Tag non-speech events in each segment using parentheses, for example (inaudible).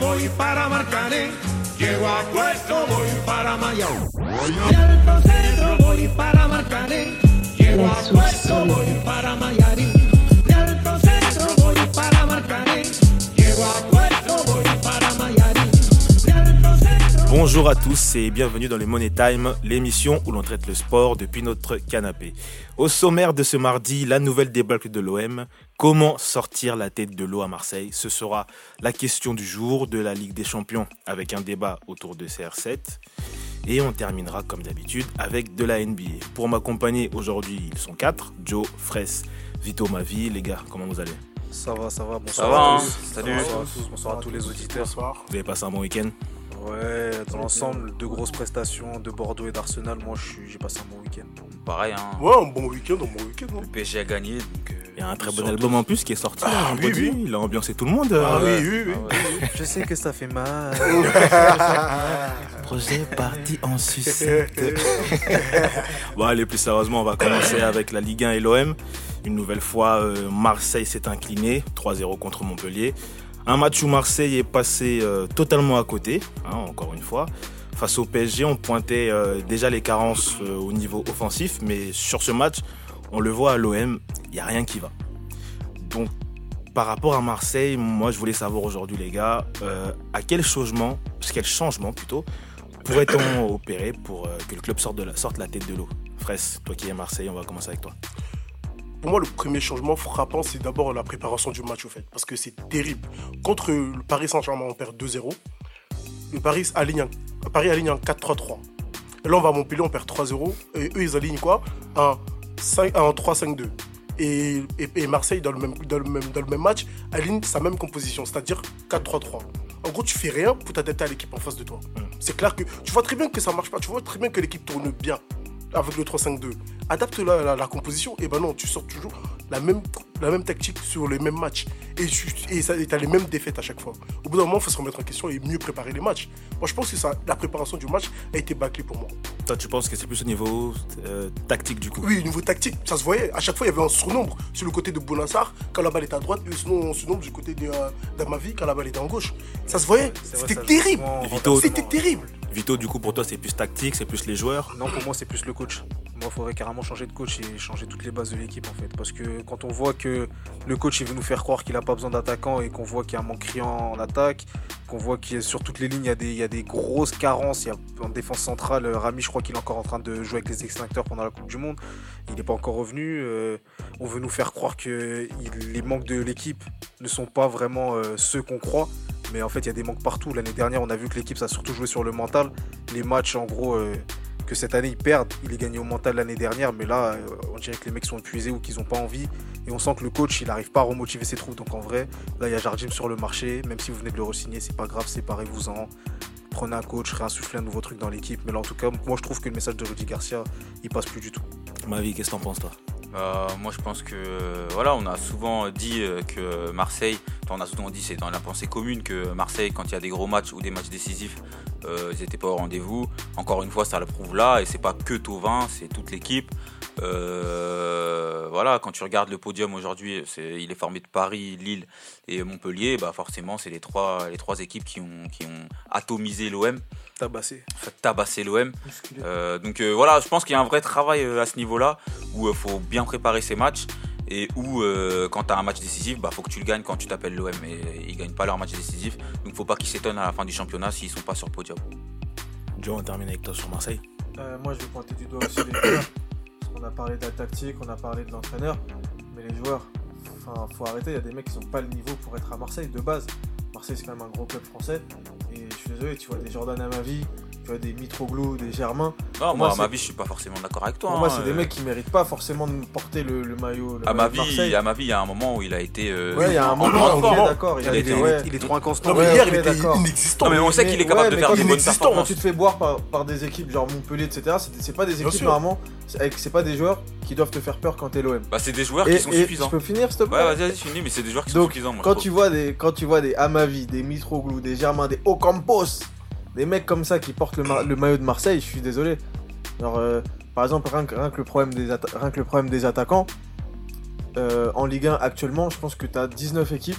voy para Marcané, llego a Puerto, voy para Mayao. Voy al centro, voy para Marcané, llego a Puerto, voy para Mayarín. De alto centro voy para Marcané, llego a Puerto, voy para Mayarín. De alto centro Bonjour à tous et bienvenue dans le Money Time, l'émission où l'on traite le sport depuis notre canapé. Au sommaire de ce mardi, la nouvelle débâcle de l'OM. Comment sortir la tête de l'eau à Marseille Ce sera la question du jour de la Ligue des Champions avec un débat autour de CR7. Et on terminera comme d'habitude avec de la NBA. Pour m'accompagner aujourd'hui, ils sont quatre Joe, Fraisse, Vito, Mavi. Les gars, comment vous allez Ça va, ça va, Ça bonsoir. va, à hein tous. Salut. Bonsoir à tous, bonsoir à tous les auditeurs. Vous avez passé un bon week-end Ouais, dans l'ensemble, deux grosses prestations de Bordeaux et d'Arsenal. Moi, je suis- j'ai passé un bon week-end. Pareil, hein. Ouais, un bon week-end, un bon week-end. hein. Le PSG a gagné, donc. euh, Il y a un très bon surtout- album en plus qui est sorti. là, Ah, oui, vendredi. oui. Il a ambiancé tout le monde. Ah euh, oui, oui, oui. Je sais que ça fait mal. Projet parti en sucette. (laughs) bon, allez, plus sérieusement, on va commencer avec la Ligue 1 et l'OM. Une nouvelle fois, euh, Marseille s'est incliné, 3-0 contre Montpellier. Un match où Marseille est passé euh, totalement à côté, hein, encore une fois. Face au PSG, on pointait euh, déjà les carences euh, au niveau offensif, mais sur ce match, on le voit à l'OM, il n'y a rien qui va. Donc, par rapport à Marseille, moi je voulais savoir aujourd'hui, les gars, euh, à quel changement, quel changement plutôt, pourrait-on opérer pour euh, que le club sorte, de la, sorte la tête de l'eau Fraisse, toi qui es Marseille, on va commencer avec toi. Pour moi, le premier changement frappant, c'est d'abord la préparation du match, au fait. Parce que c'est terrible. Contre le Paris Saint-Germain, on perd 2-0. Le Paris aligne un, Paris aligne un 4-3-3. Et là, on va à Montpellier, on perd 3-0. Et eux, ils alignent quoi Un, 5 un 3-5-2. Et, et- et Marseille, dans le, même, dans, le même, dans le même match, aligne sa même composition, c'est-à-dire 4-3-3. En gros, tu fais rien pour t'adapter à l'équipe en face de toi. C'est clair que tu vois très bien que ça marche pas, tu vois très bien que l'équipe tourne bien avec le 3-5-2. Adapte la, la, la composition, et ben non, tu sors toujours la même, la même tactique sur les mêmes matchs. Et tu et ça- et t'as les mêmes défaites à chaque fois. Au bout d'un moment, il faut se remettre en question et mieux préparer les matchs. Moi, je pense que ça, la préparation du match a été bâclée pour moi. Toi, tu penses que c'est plus au niveau euh, tactique du coup Oui, niveau tactique, ça se voyait. À chaque fois, il y avait un surnombre sur le côté de Bonassar quand la balle était à droite, et sinon un surnombre du côté de, euh, d'Amavi quand la balle était en gauche. Ça se voyait. C'est vrai, C'était ça joue terrible. souvent en Vito. renversement, C'était ouais. terrible. Vito, du coup, pour toi, c'est plus tactique, c'est plus les joueurs. Non, pour moi, c'est plus le coach. Moi, il faudrait carrément changer de coach et changer toutes les bases de l'équipe, en fait. Parce que quand on voit que le coach, il veut nous faire croire qu'il n'a pas besoin d'attaquants et qu'on voit qu'il y a un manque criant en attaque, qu'on voit que sur toutes les lignes, il y a des, il y a des grosses carences. Il y a, en défense centrale, euh, Rami, je crois qu'il est encore en train de jouer avec les extincteurs pendant la Coupe du Monde. Il n'est pas encore revenu. euh, on veut nous faire croire que il- les manques de l'équipe ne sont pas vraiment euh, ceux qu'on croit. Mais en fait, il y a des manques partout. L'année dernière, on a vu que l'équipe, ça a surtout joué sur le mental. Les matchs, en gros... euh, que cette année ils perdent. Il est gagné au mental l'année dernière, mais là, euh, on dirait que les mecs sont épuisés ou qu'ils n'ont pas envie. Et on sent que le coach, il n'arrive pas à remotiver ses troupes. Donc en vrai, là, il y a Jardim sur le marché. Même si vous venez de le re-signer, c'est pas grave, séparez-vous-en. Prenez un coach, réinsufflez un nouveau truc dans l'équipe. Mais là, en tout cas, moi, je trouve que le message de Rudy Garcia, il passe plus du tout. Ma vie, qu'est-ce que t'en penses, toi Euh, moi, je pense que euh, voilà, on a souvent dit euh, que Marseille, enfin, on a souvent dit, c'est dans la pensée commune que Marseille, quand il y a des gros matchs ou des matchs décisifs, euh, ils n'étaient pas au rendez-vous. Encore une fois, ça le prouve là, et c'est pas que Tovin, c'est toute l'équipe. Euh, voilà, quand tu regardes le podium aujourd'hui, c'est- il est formé de Paris, Lille et Montpellier. Bah forcément, c'est les trois, les trois équipes qui ont, qui ont atomisé l'OM, Tabassé. enfin, tabassé l'OM. Euh, donc euh, voilà, je pense qu'il y a un vrai travail euh, à ce niveau-là où il faut bien préparer ses matchs et où euh, quand tu as un match décisif, bah faut que tu le gagnes quand tu t'appelles l'OM et ils gagnent pas leur match décisif. Donc faut pas qu'ils s'étonnent à la fin du championnat s'ils sont pas sur le podium. Joe, on termine avec toi sur Marseille. Euh, moi, je vais pointer du doigt aussi les joueurs. Parce qu'on a parlé de la tactique, on a parlé de l'entraîneur. Mais les joueurs, enfin, faut arrêter. Il y a des mecs qui n'ont pas le niveau pour être à Marseille de base. Marseille, c'est quand même un gros club français. Et je suis désolé, tu vois des Jordan à ma vie, tu vois des Mitroglou, des Germain. Non, Pour moi, moi, à ma c'est- vie, je suis pas forcément d'accord avec toi. Pour moi, hein, c'est euh, des mecs qui méritent pas forcément de porter le, le maillot. Le À ma maillot de Marseille. vie, à ma vie, il y a un moment où il a été. euh, Ouais, il y a un en moment, grande ok, forme. d'accord. Il a des- été- ouais. Il est trop inconstant. Non, mais Ouais, hier, ok, il était d'accord. inexistant. Non mais on sait Mais- qu'il est capable ouais, de mais faire quand des tu- bonnes inexistant, Quand performances. tu te fais boire par, par des équipes genre Montpellier, etc., c'est c'est pas des équipes sûr. normalement, c'est avec- c'est pas des joueurs qui doivent te faire peur quand t'es l'OM. Bah c'est des joueurs Et- qui sont et suffisants. Je peux finir, s'il te plaît Ouais, vas-y, vas-y, finis, mais c'est des joueurs qui sont Donc, suffisants. Moi, quand je tu vois des quand tu vois des Amavi, des Mitroglou, des Germain, des Ocampos, des mecs comme ça qui portent le, ma- le maillot de Marseille, je suis désolé. Alors, euh, par exemple, rien que, rien que le problème des atta- rien que le problème des attaquants euh, en Ligue 1 actuellement, je pense que tu as 19 équipes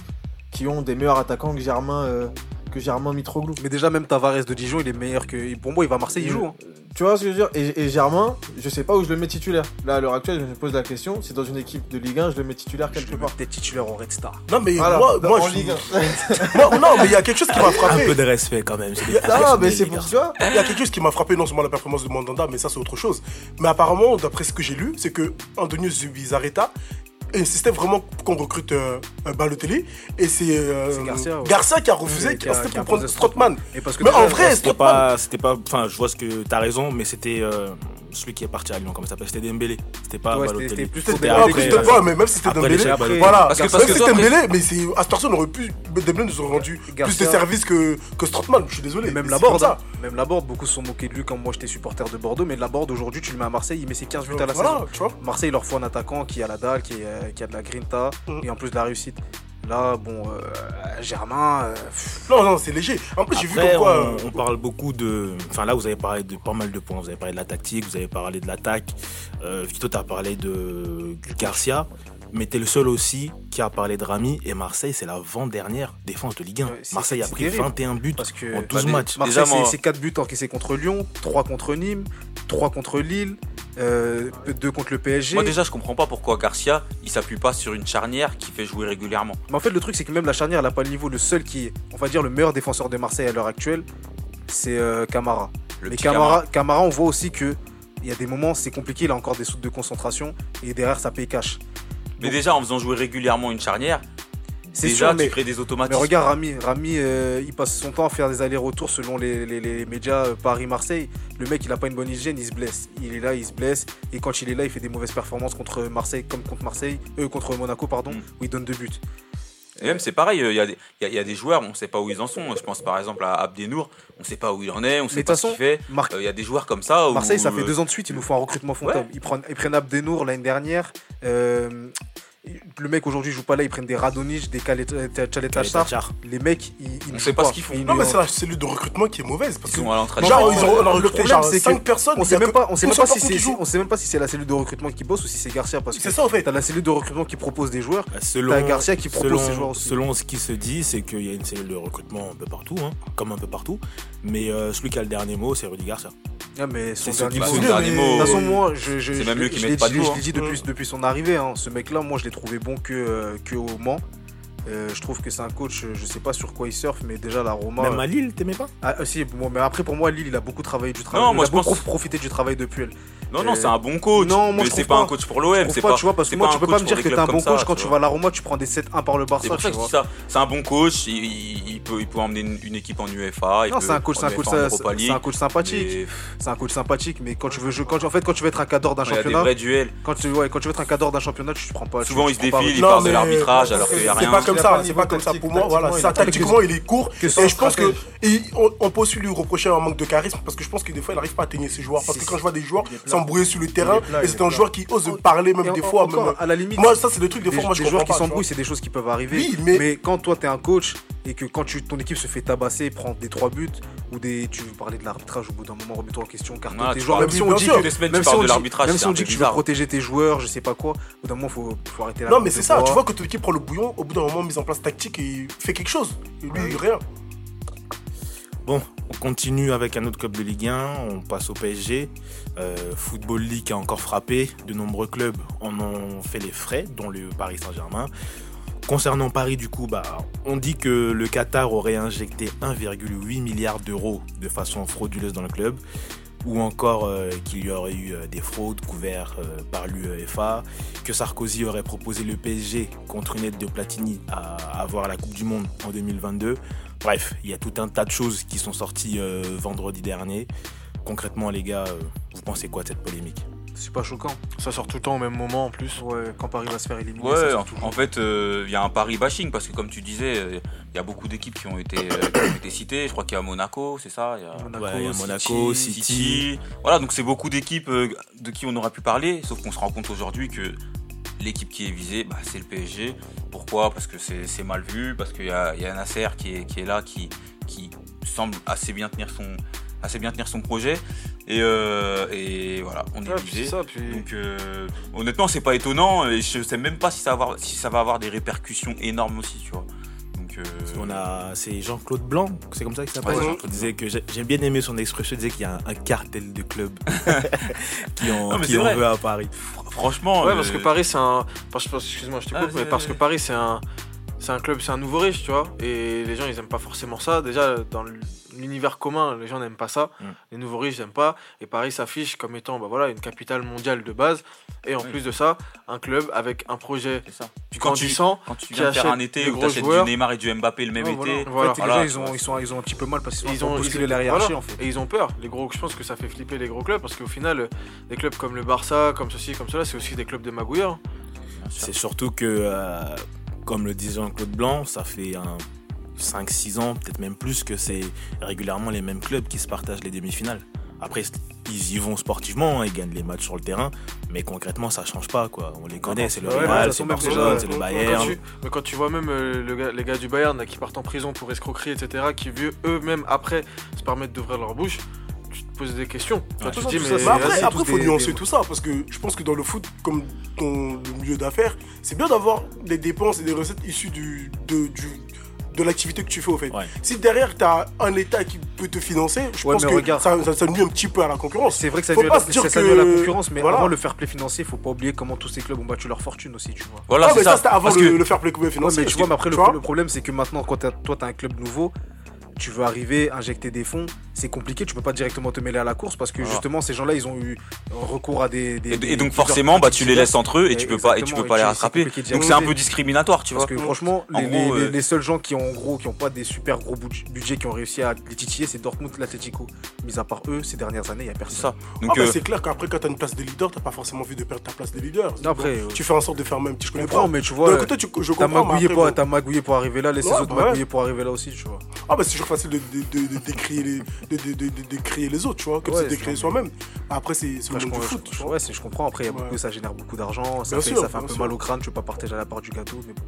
qui ont des meilleurs attaquants que Germain euh, que Germain Mitroglou. Mais déjà, même Tavares de Dijon, il est meilleur que. Pour moi, il va à Marseille, Mm. il joue. hein. Tu vois ce que je veux dire et, et Germain, je sais pas où je le mets titulaire. Là, à l'heure actuelle, je me pose la question. C'est dans une équipe de Ligue 1, je le mets titulaire Je quelque le mets part. peut-être titulaire au Red Star. Non, mais Voilà, moi, dans- moi, en je- Ligue 1. (laughs) moi- non, mais il y a quelque chose (laughs) qui m'a Un frappé. peu de respect quand même. c'est des Non, non, mais professionnels, c'est les pour garçons. ça. Il y a quelque chose qui m'a frappé, non seulement la performance de Mandanda, mais ça c'est autre chose. Mais apparemment, d'après ce que j'ai lu, c'est que Antonio Zubizarreta insistait vraiment qu'on recrute euh, euh, Balotelli et c'est euh, C'est Garcia, ouais. qui a refusé, Oui, qui qui a- insistait qui pour a prendre proposé Strootman. Et parce que Mais déjà, en vrai, C'était Strootman, pas, c'était pas, enfin, je vois ce que t'as raison, mais c'était euh, celui qui est parti à Lyon, comment ça s'appelle C'était Dembélé. C'était pas Ouais, c'était- Balotelli. c'était plus Ah, Dembélé après, que que- je euh, te vois, mais même si c'était après, Dembélé, déjà, Balotelli. voilà, Parce que- même parce si que c'était toi, Dembélé, mais c'est à cette personne aurait pu, Dembélé nous aurait rendu plus de Garcia. services que que Strootman. Je suis désolé. Et même hein. mais la c'est comme board, ça. même la board, beaucoup se sont moqués de lui quand moi j'étais supporter de Bordeaux, mais la board aujourd'hui tu le mets à Marseille, il met ses 15 buts à la Voilà, saison. tu vois. Marseille il leur faut un attaquant qui a la dalle, qui, est- qui a de la grinta Mhm. et en plus de la réussite. Là, bon, euh, Germain, euh, pff, Non, non, c'est léger. En plus, j'ai vu Après, comme quoi. euh, on, on parle beaucoup de. Enfin, là, vous avez parlé de pas mal de points. Vous avez parlé de la tactique, vous avez parlé de l'attaque. Euh, Vito, t'as parlé de Garcia. Mais t'es le seul aussi qui a parlé de Rami. Et Marseille, c'est l'avant-dernière défense de Ligue 1. Ouais, c'est- Marseille a c'est pris terrible. 21 buts parce que en 12 bah, matchs. déjà, Marseille, c'est- moi- c'est 4 buts encaissés contre Lyon, 3 contre Nîmes, 3 contre Lille, 2 contre le PSG. Moi déjà je comprends pas pourquoi Garcia il s'appuie pas sur une charnière qui fait jouer régulièrement. Mais en fait, le truc, c'est que même la charnière, elle n'a pas le niveau. Le seul qui est, on va dire, le meilleur défenseur de Marseille à l'heure actuelle, c'est euh, Camara. Le Mais petit Camara, Camara, on voit aussi que il y a des moments, c'est compliqué. Il a encore des soutes de concentration et derrière, ça paye cash. Mais déjà en faisant jouer régulièrement une charnière, C'est déjà sûr, tu mais- crées des Mais automatismes. regarde Rami, Rami, euh, il passe son temps à faire des allers-retours selon les, les- les médias euh, Paris-Marseille. Le mec, il a pas une bonne hygiène, il se blesse. Il est là, il se blesse. Et quand il est là, il fait des mauvaises performances contre Marseille, comme contre Marseille, euh, contre Monaco, pardon, Mm. où il donne deux buts. Et même c'est pareil, il y, a des- il y a- il y a des joueurs, on sait pas où ils en sont. Je pense par exemple à Abdenour, on sait pas où il en est, on Mais sait de pas toute ce qu'il façon, fait. Euh, Marc- Il y a des joueurs comme ça. où- Marseille, ça fait deux ans de suite, ils nous font un recrutement fantôme. Oh, Ouais. Ils, prennent, ils prennent Abdenour l'année dernière. euh, le mec aujourd'hui joue pas là, ils prennent des Radonich, des euh, Chaleta Tachar. Tachar. Les mecs, ils, ils On ne jouent sait pas ce qu'ils font. Ils Non, mais nous- c'est la cellule de recrutement qui est mauvaise parce Ils que sont à l'entraînement. genre ils ont on a Le recruté problème, genre c'est que 5 personnes. on il y a sait même que pas, on sait une même pas seule si personne c'est, qui joue. on sait même pas si c'est la cellule de recrutement qui bosse ou si c'est Garcia parce que C'est ça en fait. t'as la cellule de recrutement qui propose des joueurs. Bah, Selon, T'as Garcia qui propose selon, ses joueurs aussi. selon ce qui se dit, c'est qu'il y a une cellule de recrutement un peu partout, hein, comme un peu partout. Mais euh, celui qui a le dernier mot, c'est Rudy Garcia. Ah, mais son C'est ce qu'il dernier Bah, mot, son Oui, dernier mais- mot, De toute façon, moi, je, je, C'est je- même mieux je qu'ils l'ai mettent dit- pas de je mots, l'ai dit depuis, depuis son arrivée. hein. Ce mec-là, moi, je l'ai trouvé bon que, euh, que au Mans. Euh, je trouve que c'est un coach, euh, je sais pas sur quoi il surfe, mais déjà la Roma. Même à Lille, t'aimais pas Ah, euh, si, bon, mais après, pour moi, Lille, il a beaucoup travaillé du travail. Non, il moi, a je beaucoup pense- profité du travail de Puel. Non, non, c'est un bon coach. Non, mais moi, je c'est trouve pas pas. un coach pour Je l'OM. trouve C'est pas, pas, tu vois, parce que c'est moi, pas tu un peux coach pas me pour dire des que t'es un clubs comme bon ça, coach quand tu tu vois. vas à la Roma, tu prends des 7-1 par le Barça. C'est pour ça tu que je vois. dis ça. C'est un bon coach. Il, il peut, il peut emmener une, une équipe en UEFA. il Non, peut c'est un coach, c'est un prendre coach, l'UEFA en ça- Europa c'est League, un coach sympathique. mais, C'est un coach sympathique, mais quand tu veux, jouer- quand tu- en fait, quand tu veux être un cadre d'un Il y a des championnat, vrais duels. quand tu, ouais, quand tu veux être un cadre d'un championnat, tu te prends pas. tu- Souvent, tu ils se prends pas- défilent, ils Non, parlent de mais- l'arbitrage alors qu'il n'y a C'est rien. pas comme Il a pas ça, le c'est niveau pas comme ça. tactique, Pour moi, voilà, tactiquement, ça il a- tactiquement il est court Que sans et je pense que stratège. il- on, on peut aussi lui reprocher un manque de charisme parce que je pense que des fois il n'arrive pas à atteigner ses joueurs parce Si, que si. quand je vois des joueurs Il est plat. s'embrouiller sur le terrain Il est plat, et il c'est est un plat. joueur qui ose parler même Et des en- fois. encore, même- à la limite, Moi ça c'est des trucs des des, fois moi des je joueurs comprends qui pas. tu vois. s'embrouillent, c'est des choses qui peuvent arriver. Oui, mais- quand toi, t'es un coach et que quand tu, ton équipe se fait tabasser, prend des trois buts ou des, tu veux parler de l'arbitrage au bout d'un moment, remets-toi en question, car Ah, tes tu joueurs, parles- même si on bien dit sûr. que Deux semaines, même tu si on parles de dit- l'arbitrage, même c'est si on un dit peu que tu veux bizarre. protéger tes joueurs, je sais pas quoi, au bout d'un moment, faut, faut arrêter la Non langue mais de c'est ça, bois. tu vois que ton équipe prend le bouillon, au bout d'un moment mise en place tactique et il fait quelque chose. Et lui il- rien. Bon, on continue avec un autre club de Ligue 1, on passe au PSG. Euh, Football League a encore frappé, de nombreux clubs en ont fait les frais, dont le Paris Saint-Germain. Concernant Paris, du coup, bah, on dit que le Qatar aurait injecté 1,8 milliard d'euros de façon frauduleuse dans le club, ou encore euh, qu'il y aurait eu euh, des fraudes couvertes euh, par l'UEFA, que Sarkozy aurait proposé le PSG contre une aide de Platini à avoir la Coupe du Monde en 2022. Bref, il y a tout un tas de choses qui sont sorties euh, vendredi dernier. Concrètement, les gars, euh, vous pensez quoi de cette polémique C'est pas choquant. Ça sort tout le temps au même moment en plus. Ouais, quand Paris va se faire éliminer. ça Ouais, sort en, toujours. en fait, euh, il y a un pari bashing parce que, comme tu disais, euh, il y a beaucoup d'équipes qui ont été, euh, qui ont été citées. Je crois qu'il y a Monaco, c'est ça Il y a Monaco, Ouais, il y a City, Monaco, City. Voilà, donc c'est beaucoup d'équipes euh, de qui on aurait pu parler, sauf qu'on se rend compte aujourd'hui que l'équipe qui est visée, bah, c'est le PSG. Pourquoi Parce que c'est c'est mal vu, parce qu'il y a, il y a Nasser qui est, qui est là, qui, qui semble assez bien tenir son, assez bien tenir son projet. Et, euh, et voilà, on est Ouais, puis visé. c'est ça, puis. Donc euh, honnêtement, c'est pas étonnant et je sais même pas si ça va avoir, si ça va avoir des répercussions énormes aussi, tu vois. Donc Donc, euh, On a, c'est Jean-Claude Blanc, c'est comme ça qu'il s'appelle. Ouais, Je disais que j'ai j'ai bien aimé son expression. Il disait qu'il y a un, un cartel de (laughs) clubs qui en, Non, mais qui c'est en vrai. veut à Paris. franchement. Ouais, euh, parce que Paris, c'est un. parce- parce- Excuse-moi, je te Ah, coupe, mais vas-y, parce que vas-y. Paris, c'est un. C'est un club, c'est un nouveau riche, tu vois. Et les gens, ils aiment pas forcément ça. Déjà, dans l'univers commun, les gens n'aiment pas ça. Mm. Les nouveaux riches n'aiment pas. Et Paris s'affiche comme étant bah, voilà, une capitale mondiale de base. Et en Oui. plus de ça, un club avec un projet c'est ça. Puis quand tu, grandissant. quand tu qui viens de faire achète un été des où gros t'achètes du joueurs. Neymar et du Mbappé le même Ouais, été. Voilà. En fait, les Voilà, gens, ils ont, ils, sont, ils ont un petit peu mal parce qu'ils Ils sont ont- bousculés ils- la hiérarchie, voilà. en fait. Et ils ont peur, les gros. Je pense que ça fait flipper les gros clubs parce qu'au final, euh, des clubs comme le Barça, comme ceci, comme cela, c'est aussi des clubs de magouilleurs. Bien sûr. C'est surtout que, euh, comme le disait Jean-Claude Blanc, ça fait un 5-6 ans, peut-être même plus, que c'est régulièrement les mêmes clubs qui se partagent les demi-finales. Après, c- ils y vont sportivement, hein, ils gagnent les matchs sur le terrain, mais concrètement, ça change pas. quoi. On les connaît, c'est le Ah, bah, Ouais, de Real, toute c'est façon, même Barcelone, déjà, c'est le quand Bayern. Quand tu- mais quand tu vois même euh, le gars- les gars du Bayern là, qui partent en prison pour escroquerie, etc., qui vieux eux-mêmes après se permettent d'ouvrir leur bouche, tu te poses des questions. Toi, Ouais. Tout tu te ça, dis, tout mais ça, c'est- bah vas-y, après, après, tous faut des- nuancer des- tout ça parce que je pense que dans le foot, comme dans le milieu d'affaires, c'est bien d'avoir des dépenses et des recettes issues du, de, du- de l'activité que tu fais au fait. Ouais. Si derrière t'as un État qui peut te financer, je Ouais, pense mais que regarde. ça, ça, ça nuit un petit peu à la concurrence. C'est vrai que ça Faut nuit à pas la, se dire ça- ça nuit à la que- concurrence, mais voilà. avant le fair play financier, faut pas oublier comment tous ces clubs ont battu leur fortune aussi, tu vois. Voilà, Ah, mais c'est ça, ça. c'était avant Parce le, que- le fair play Ouais, financier. mais tu vois, mais après, le, tu vois le problème, c'est que maintenant, quand t'as- toi, t'as un club nouveau, tu veux arriver, injecter des fonds, c'est compliqué, tu peux pas directement te mêler à la course parce que Voilà. justement, ces gens-là, ils ont eu recours à des. des- Et, et des- donc plusieurs forcément, bah, tu les pratiques laisses entre eux et Et tu peux pas, et tu exactement, peux et pas les tu- c'est rattraper. compliqué d'y Donc c'est un arriver. peu discriminatoire, tu vois. Parce que franchement, en les, gros, les- euh, les seuls gens qui ont en gros qui ont pas des super gros budg- budgets qui ont réussi à les titiller, c'est Dortmund, l'Atletico. Mis à part eux, ces dernières années, il y a C'est personne. ça. Ah Donc bah, euh, c'est clair qu'après, quand t'as une place de leader, t'as pas forcément envie de perdre ta place de leader. Non, Après, euh, Tu fais en sorte de faire même petit. Je je connais comprends, pas. mais tu D'un vois, côté, tu- je t'as comprends. mais magouillé, après, pour- bon. t'as magouillé pour arriver là, laisse les Ouais, autres bah ouais. magouiller pour arriver là aussi, tu vois. Ah bah c'est toujours facile de, de, de, de décrier les, de, de, de- de décrier les autres, tu vois, comme Ouais, c'est de décrier c'est- soi-même. Bah, Après c'est c'est Enfin, le je, monde du comprends- foot, je- tu vois. ouais, c'est- je comprends. Après, il y a Ouais. beaucoup, ça génère beaucoup d'argent, ça Bien fait, sûr, ça fait un bien peu sûr. mal au crâne, tu peux pas partager la part du gâteau, mais bon.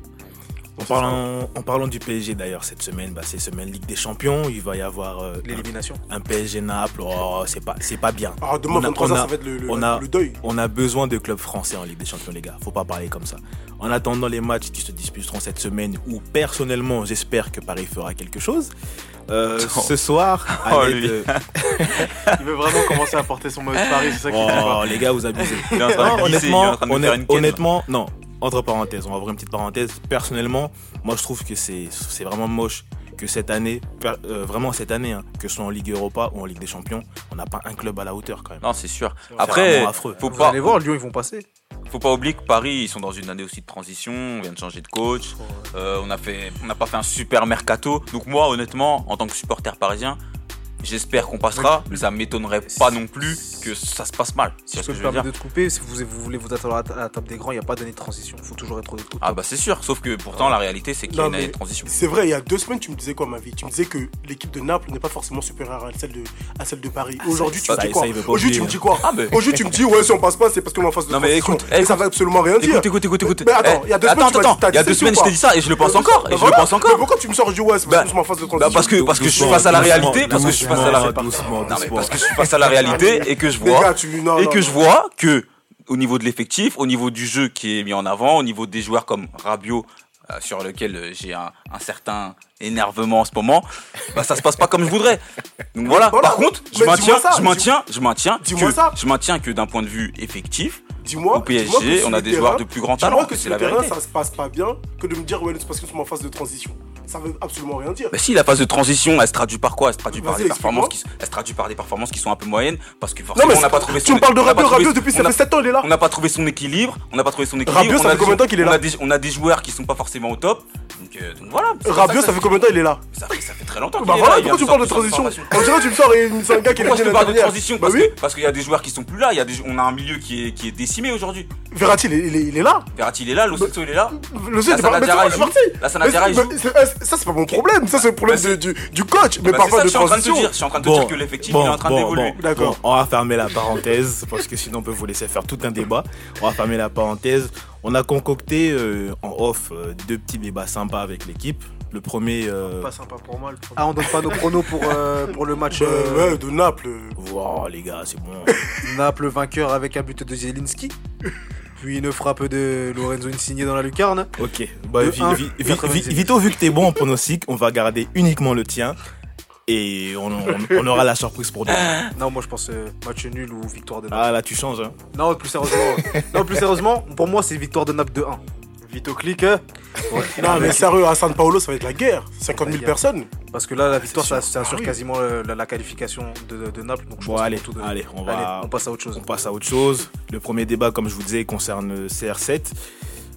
En parlant, en parlant du PSG d'ailleurs, cette semaine, bah, c'est semaine Ligue des Champions, il va y avoir euh, L'élimination. un PSG Naples, oh, c'est pas, c'est pas bien. Alors Ah, demain On a- 23h on a- ça va être le, le- on a- le deuil. On a besoin de clubs français en Ligue des Champions, les gars. Faut pas parler comme ça. En attendant les matchs qui se disputeront cette semaine, où personnellement j'espère que Paris fera quelque chose, euh, Oh. ce soir, à (laughs) Oh, l'aide lui. de- Il veut vraiment commencer à porter son maillot de Paris, c'est ça qu'il dit pas. Oh, les gars, (laughs) vous abusez. il est en train Non, (laughs) de glisser, il est honnêtement, en train de me honnêt- faire une ken. honnêtement, non. Entre parenthèses, on va ouvrir une petite parenthèse. Personnellement, moi je trouve que c'est c'est vraiment moche que cette année, per- euh, vraiment cette année, hein, que ce soit en Ligue Europa ou en Ligue des Champions, on n'a pas un club à la hauteur quand même. Non, c'est sûr. C'est Après, vraiment affreux. faut Vous pas, allez voir, Lyon, ils vont passer. faut pas oublier que Paris, ils sont dans une année aussi de transition. On vient de changer de coach. Euh, on a fait, on n'a pas fait un super mercato. Donc moi, honnêtement, en tant que supporter parisien, j'espère qu'on passera, mais ça m'étonnerait pas non plus que ça se passe mal. Si C'est je ce que peux me je veux dire. permettre de te couper, si vous, vous voulez vous attendre à la- à la table des grands, il n'y a pas d'année de transition. Il faut toujours être au au top. Ah bah c'est sûr. Sauf que pourtant, la réalité, c'est qu'il y a Non, une année de mais- transition. C'est vrai, il y a deux semaines tu me disais quoi ma vie Tu me disais que l'équipe de Naples n'est pas forcément supérieure à celle de, à celle de Paris. Aujourd'hui tu ça, me dis ça, quoi il veut pas Aujourd'hui tu me oublier. dis quoi Ah mais. Aujourd'hui tu me dis ouais si on passe pas c'est parce qu'on est en face de Non, mais transition. écoute, Et ça écoute. veut absolument rien dire. Écoute, écoute, écoute, écoute. Mais attends, Eh, il y a deux semaines, tu m'as attends, dit, t'as il y a dit deux ça, semaines, ou je pas t'ai dit ça et je le pense Bah, encore. Et je le voilà. pense Mais encore. pourquoi tu me sors du ouais c'est parce Bah, qu'on est en phase de Bah, transition parce que parce que je suis face à la réalité, parce que je suis face à la réalité. Doucement, Non, mais doucement. parce que je suis face à la réalité et que je Les gars, vois tu non, et non, que non. je vois que au niveau de l'effectif, au niveau du jeu qui est mis en avant, au niveau des joueurs comme Rabiot euh, sur lequel euh, j'ai un, un certain énervement en ce moment, bah ça se passe pas comme je voudrais. Donc voilà. Voilà. Par contre, je Mais maintiens, dis-moi ça, je dis- maintiens, je maintiens, dis-moi que- ça. je maintiens que d'un point de vue effectif, Dis-moi, au dis-moi que PSG, sur on le a des terrain, joueurs de plus grand Tu talent. vois que C'est sur la le terrain, vérité. ça se passe pas bien, que de me dire, ouais, c'est parce que sont en phase de transition. Ça veut absolument rien dire. Bah si, la phase de transition, elle se traduit par quoi Elle se traduit par Vas-y, des performances qui, elle se traduit par des performances qui sont un peu moyennes parce que Non, forcément mais on n'a c'est- pas trouvé. tu me parles de on n'a pas Rabiot, trouvé- Rabiot, depuis ça on a- fait 7 ans, il est là. On n'a pas trouvé son équilibre, on n'a pas trouvé son équilibre. on Rabiot, ça a fait des- combien de temps qu'il est on là a des, on a des joueurs qui sont pas forcément au top. Donc, euh, donc voilà. c'est comme Rabiot, que ça fait combien de temps il est là ça fait, ça fait très longtemps. qu'il Bah est voilà, là, il pourquoi tu me vient parles de sortir transition sa formation. On dirait que tu me sors, et c'est un gars qui est Pourquoi je gardien te de parle de dernière. transition Bah Parce oui, que- parce qu'il y a des joueurs qui sont plus là, il y a des, on a un milieu qui est, qui est décimé aujourd'hui. Verratti, il est- il est il est là. Verratti il est là, Locelso il est là. Le Sud, La il est pas- Bah, mais c'est Sanadiara, bon, c'est il- parti. La Mais Sanadiara il joue. c'est- mais c'est- Ça, c'est pas mon problème. Ça, c'est le problème Bah, c'est- du- du du coach. Bah, c'est Mais ça parfois que de je suis en train de te transition. dire. Je suis en train de te dire que l'effectif il est en train bon, d'évoluer. bon, D'accord. bon, on va fermer la parenthèse (laughs) parce que sinon on peut vous laisser faire tout un débat. On va fermer la parenthèse. On a concocté euh, en off euh, deux petits débats sympas avec l'équipe. Le premier, euh, Pas sympa pour moi. Le premier. Ah, on donne pas nos pronos pour, euh, pour le match euh, Euh, Ouais, de Naples. wow, les gars, c'est bon. Naples vainqueur avec un but de Zielinski. puis une frappe de Lorenzo Insigne dans la lucarne. Ok. Bah, De vi- un, vi- vi- 97. vi- Vito, vu que t'es bon en pronostic, on va garder uniquement le tien. Et on, on- on aura la surprise pour (laughs) demain. Non, moi je pense euh, match nul ou victoire de Naples. Ah là, tu changes. Hein. Non, plus sérieusement, non, plus sérieusement, pour moi c'est victoire de Naples 2-1. Vito clique. hein. Non, mais sérieux, à San Paolo, ça va être la guerre. 50 000 personnes. Parce que là, la victoire, ça, ça assure Ah oui. quasiment euh, la, la qualification de, de Naples. Donc je Bon, pense allez, qu'on peut tout donner. allez, on Allez, va. on passe à autre chose. On passe à autre chose. Le premier débat, comme je vous disais, concerne euh, CR7.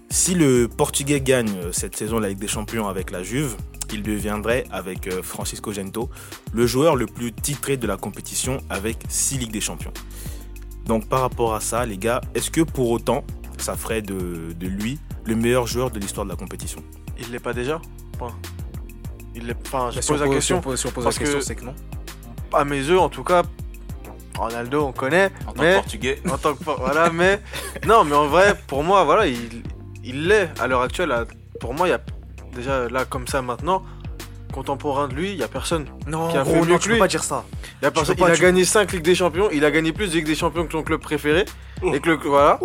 Si le Portugais gagne euh, cette saison la Ligue des Champions avec la Juve, il deviendrait, avec euh, Francisco Gento, le joueur le plus titré de la compétition avec 6 Ligues des Champions. Donc par rapport à ça, les gars, est-ce que pour autant, ça ferait de, de lui le meilleur joueur de l'histoire de la compétition Il l'est pas déjà Point. Il l'est. Enfin, je Mais si pose on la pose- question. Si on pose, si on pose la parce que- question, c'est que non. À mes yeux, en tout cas, Ronaldo, on connaît. En tant que mais portugais, en tant que por- voilà, mais non, mais en vrai, pour moi, voilà, il il l'est à l'heure actuelle. à- Pour moi, il y a déjà là comme ça maintenant, contemporain de lui, il y a personne. Non, Qui a fait gros, mieux non, que tu lui. peux pas dire ça. Il y a personne. peux Il pas, a tu- gagné 5 Ligues des Champions, il a gagné plus de Ligues des Champions que son club préféré et que le voilà.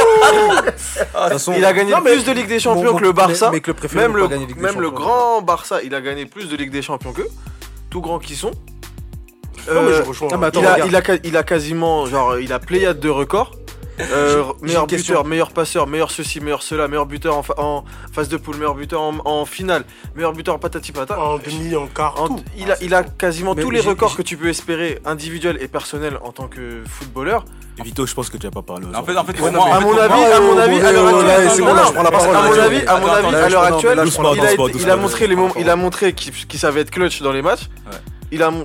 De toute façon, Il a gagné plus de Ligue des mon- Champions mon- que le Barça. mais- mais que le préféré même n'a le, pas gagné Ligue des même le Champions. grand Barça, il a gagné plus de Ligue des Champions qu'eux, tout grands qu'ils sont. Non, mais Euh, je rejoins. non, Ah, mais attends, il, a, regarde. il, a, ca- il a quasiment, genre, il a pléiade de records. Euh, j'ai meilleur une question. buteur, meilleur passeur, meilleur ceci, meilleur cela, meilleur buteur en, fa- en phase de poule, meilleur buteur en, en finale, meilleur buteur patati patata. En demi, en quart, En- tout. il, a, il a quasiment Mais tous les j'ai- records j'ai- que tu peux espérer, individuels et personnels, en tant que footballeur. Vito, je pense que tu n'as pas parlé en aujourd'hui. fait, en fait, pour non, moi, mais- À en fait, mon pour avis, moi- à mon oh, avis, oh, à l'heure oh, là, actuelle, c'est non, bon, là, non, je prends la parole, À là, mon je- avis, à Attends, mon avis, attends, à l'heure doucement, là, actuelle, je prends il a, doucement, été- doucement, il a doucement. montré les moments, il a montré qu'il qu'il savait être clutch dans les matchs. Ouais. Il a, mon-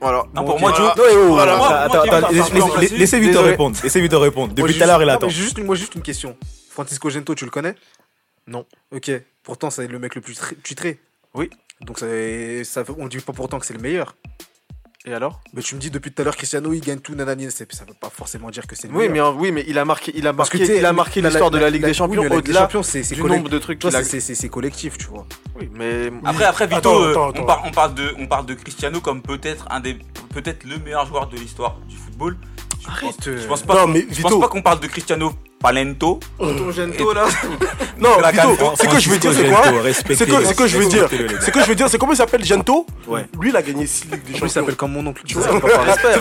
voilà. Non, pour moi, ok. Joe- Non, et oh, Voilà. voilà. Moi- Attends, moi, attends, qui- laisse- Désolé. laisse- Laissez Vito Désolé. répondre. Laissez Vito répondre. Moi, Depuis j'ai tout à l'heure, juste- il non, attend. mais j'ai juste, une- moi, j'ai juste une question. Francisco Gento, tu le connais Non. Ok. Pourtant, c'est le mec le plus tri- titré. Oui. Donc, ça, ça, on dit pas pourtant que c'est le meilleur. Et alors Mais tu me dis depuis tout à l'heure, Cristiano, il gagne tout, nanani. c'est- Ça veut pas forcément dire que c'est le Oui, meilleur. mais en- oui, mais il a marqué, il a Parce que, marqué, tu sais, il a marqué la- l'histoire de la Ligue des oui, Champions mais la Ligue des au-delà Champions, c'est c'est du collect- nombre de trucs toi, qu'il a. c'est- c'est- c'est- c'est collectif, tu vois. Oui, mais Après, après Vito, Attends, euh, attends, on, attends. par- on parle de, on parle de Cristiano comme peut-être un des, peut-être le meilleur joueur de l'histoire du football. Je Arrête, pense, euh. je pense pas, Non, mais je pense Vito, pas qu'on parle de Cristiano Palento. Gento là. non, la canne. Vito, c'est que je veux dire, c'est quoi C'est que, c'est que je veux dire, c'est que je veux dire, c'est comment il s'appelle Gento Ouais. Lui, il a gagné 6 Ligues En des plus, il Champions. s'appelle comme mon oncle. tu vois. C'est pour ça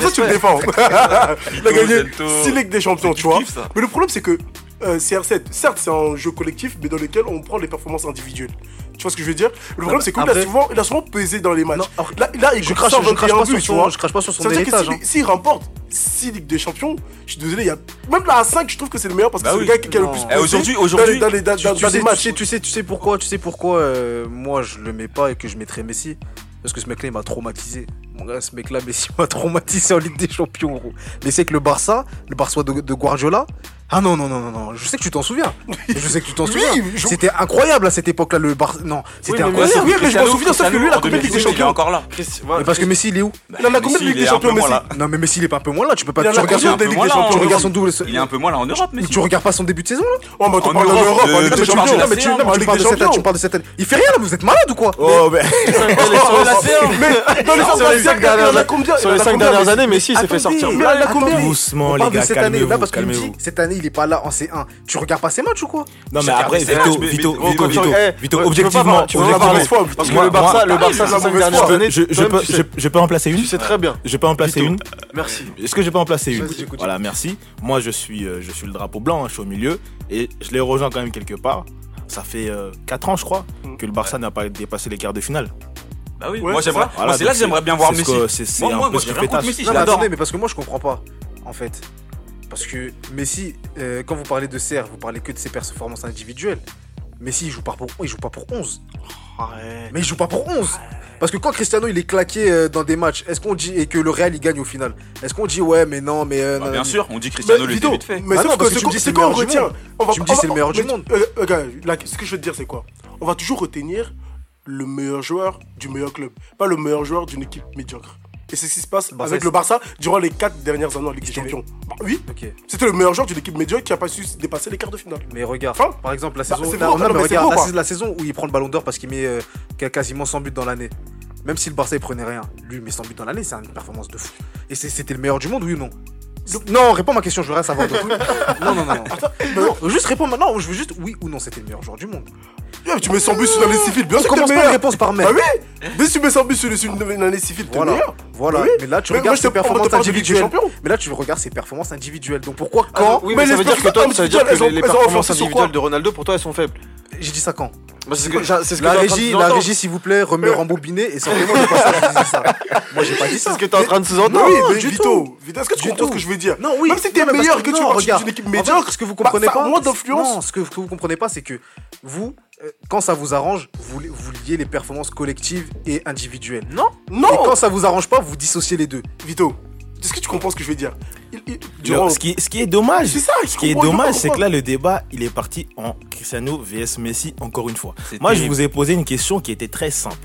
que tu me défends. (laughs) Il a gagné Gento. 6 Ligues des Champions, tu Tu vois. kiffes, ça Mais le problème, c'est que euh, CR7, certes, c'est un jeu collectif, mais dans lequel on prend les performances individuelles. Tu vois ce que je veux dire Le problème, c'est qu'il a après- souvent, il a souvent pesé dans les matchs. Non, alors, là, là, il Je joue crache, je crache 121 pas buts, sur tu vois. son, je crache pas sur Ça son veut dire que héritage. hein. s'il- s'il remporte 6 Ligues des Champions, je suis désolé, il y a... même là à 5, je trouve que c'est le meilleur parce que Bah c'est oui. le gars qui qui a le Non. plus Eh, pesé aujourd'hui- dans aujourd'hui, les- dans les- dans- tu, dans- tu dans sais, des tu matchs. sais, tu sais, tu sais pourquoi, tu sais pourquoi euh, moi je le mets pas et que je mettrais Messi parce que ce mec-là il m'a traumatisé. Mon gars, ce mec-là Messi m'a (laughs) traumatisé en Ligue des Champions gros. Mais c'est que le Barça, le Barça de, de Guardiola, ah non non non non non, je sais que tu t'en souviens. Je sais que tu t'en (laughs) Oui, souviens. je- C'était incroyable à cette époque-là le Barça. Non, c'était mais Ouais, incroyable. sauf oui, mais je m'en Cristiano- souviens, sauf que lui, Cristiano, la en Coupe de Ligue des 2012, il est Champions. encore là. Christ- Mais voilà, parce que Messi il est où Bah, Il en a combien de Messi, Ligue il des est un peu Champions, moins Messi là. Non mais Messi il est pas un peu moins là, tu peux pas Bah. Il en tu a Il est combien regardes, un peu des Ligues moins des là en Champions tu regardes son Europe. double Il est un peu moins là en Europe, Messi. tu regardes pas son début de saison là Oh, mais En attends, parle en Europe, Europe, euh, en Ligue de des Champions, Champions. de Non, la mais tu- C1, non, mais en tu Ligue parles des de cette année, tu Champions. parles de cette année. Il fait rien là, vous êtes malade ou quoi Oh, mais. Mais dans les Sur les cinq cinq dernières dernières- combien Sur les 5 dernières années, Messi s'est fait Attendez, sortir. mais elle a combé. Doucement, On les parle de gars, cette année là calmez-vous, parce qu'il me dit calmez-vous. cette année il est pas là en C1. Tu regardes pas ses matchs ou quoi Non, mais Chacun après, fait ses Vito, matchs, mais- Vito, mais- Vito, mais- Vito, Vito, eh, tu veux pas objectivement, parler- tu veux pas parler objectivement, de Parce que Moi- le Barça, moi- le Barça, la ces 5 mauvaise dernières foi. années, je, je toi-même, peux, tu je, sais- je peux en placer une tu sais très bien. Je peux en placer Vito. une Merci. Est-ce que je peux en placer une Vas-y, écoute, écoute. Voilà, merci. Moi, je suis, euh, je suis le drapeau blanc, hein, je suis au milieu. Et je les rejoins quand même quelque part. Ça fait 4 ans, je crois, Mm. que le Barça n'a pas dépassé les quarts de finale. Bah oui, Ouais, moi c'est j'aimerais. ça. moi, c'est là que donc j'aimerais bien voir c'est ce Messi. que- c'est- C'est Moi, un moi, peu moi, ce j'ai que rien fait contre Tass. Messi, je Non, mais l'adore. attendez, mais parce que moi je comprends pas, en fait. Parce que Messi, euh, quand vous parlez de CR, vous parlez que de ses performances individuelles. Messi, il joue pas pour, il joue pas pour 11. Mais il joue pas pour 11. Parce que quand Cristiano il est claqué euh, dans des matchs, est-ce qu'on dit et que le Real il gagne au final Est-ce qu'on dit ouais mais non mais euh, Bah, non, Bien non, sûr, on dit Mais Cristiano le Vito, début de fait. Mais Ah sauf non, parce que que tu c'est me quoi- dis c'est c'est quoi on le meilleur du retient monde. On va- Tu me on dis va- c'est le meilleur du mais- monde. euh, regarde, là, ce que je veux te dire, c'est quoi On va toujours retenir le meilleur joueur du meilleur club, pas le meilleur joueur d'une équipe médiocre. Et c'est ce qui se passe Barça, avec Bah, c'est- le Barça durant les 4 dernières années en Ligue des C'était- Champions. Bah oui, Ok. c'était le meilleur joueur d'une équipe médiocre qui a pas su dépasser les quarts de finale. Mais regarde, Enfin, par exemple la bah, saison, c'est la- faux, non, non, mais mais c'est regarde, faux, la, quoi. saison- la saison où il prend le Ballon d'Or parce qu'il met euh, qu'a- quasiment 100 buts dans l'année. Même si le Barça il prenait rien, lui il met 100 buts dans l'année, c'est une performance de fou. Et c'est- c'était le meilleur du monde, oui ou non Non, réponds à ma question, je veux rien savoir d'autre. (laughs) non, non, non, non. Non, Juste réponds maintenant, je veux juste oui ou non, c'était le meilleur joueur du monde. Yeah, tu mets 100 buts sur l'année civile, bien On sûr que t'es commence le pas une meilleur. réponse par mail. Bah oui Dès que tu mets 100 buts sur sur une année civile, t'es le Voilà, meilleur. voilà. Oui. Mais là, tu Mais moi, regardes je te ses parle- on te performances parle de Ligue des individuelles. Champions. Mais là, tu regardes ses performances individuelles. Donc pourquoi Ah quand Bah, oui, mais, Mais ça veut les dire que toi, performances ça veut dire que individuelles, les, les elles ont- elles ont performances influencé sur quoi individuelles de Ronaldo pour toi elles sont faibles. J'ai dit 5 ans. Bah, c'est ce que, c'est ce que La t'es en train de régie, la sous-entendre. régie, s'il vous plaît, remet rembobiné et simplement je pense que j'ai dit ça. Moi, j'ai pas dit C'est ça. ce que t'es en train de sous-entendre. oui, Non, mais Oh, du Vito, Vito, est-ce que tu Du comprends ce tout. que je veux dire Non, oui. Même si t'es Non, mais parce meilleur que non, tu marches regarde. une équipe En fait, médiocre, ce que vous bah, comprenez ça a pas, moins d'influence. Non, ce que vous comprenez pas, c'est que vous, euh, quand ça vous arrange, vous, li- vous liez les performances collectives et individuelles. Non. Et non quand ça vous arrange pas, vous dissociez les deux. Vito, est-ce que tu comprends ce que je veux dire Il- il- Non, Durant- ce, qui, ce qui est dommage, C'est ça, ce qui est dommage, c'est que là, le débat, il est parti en Cristiano vs Messi encore une fois. C'est Moi, je terrible. vous ai posé une question qui était très simple.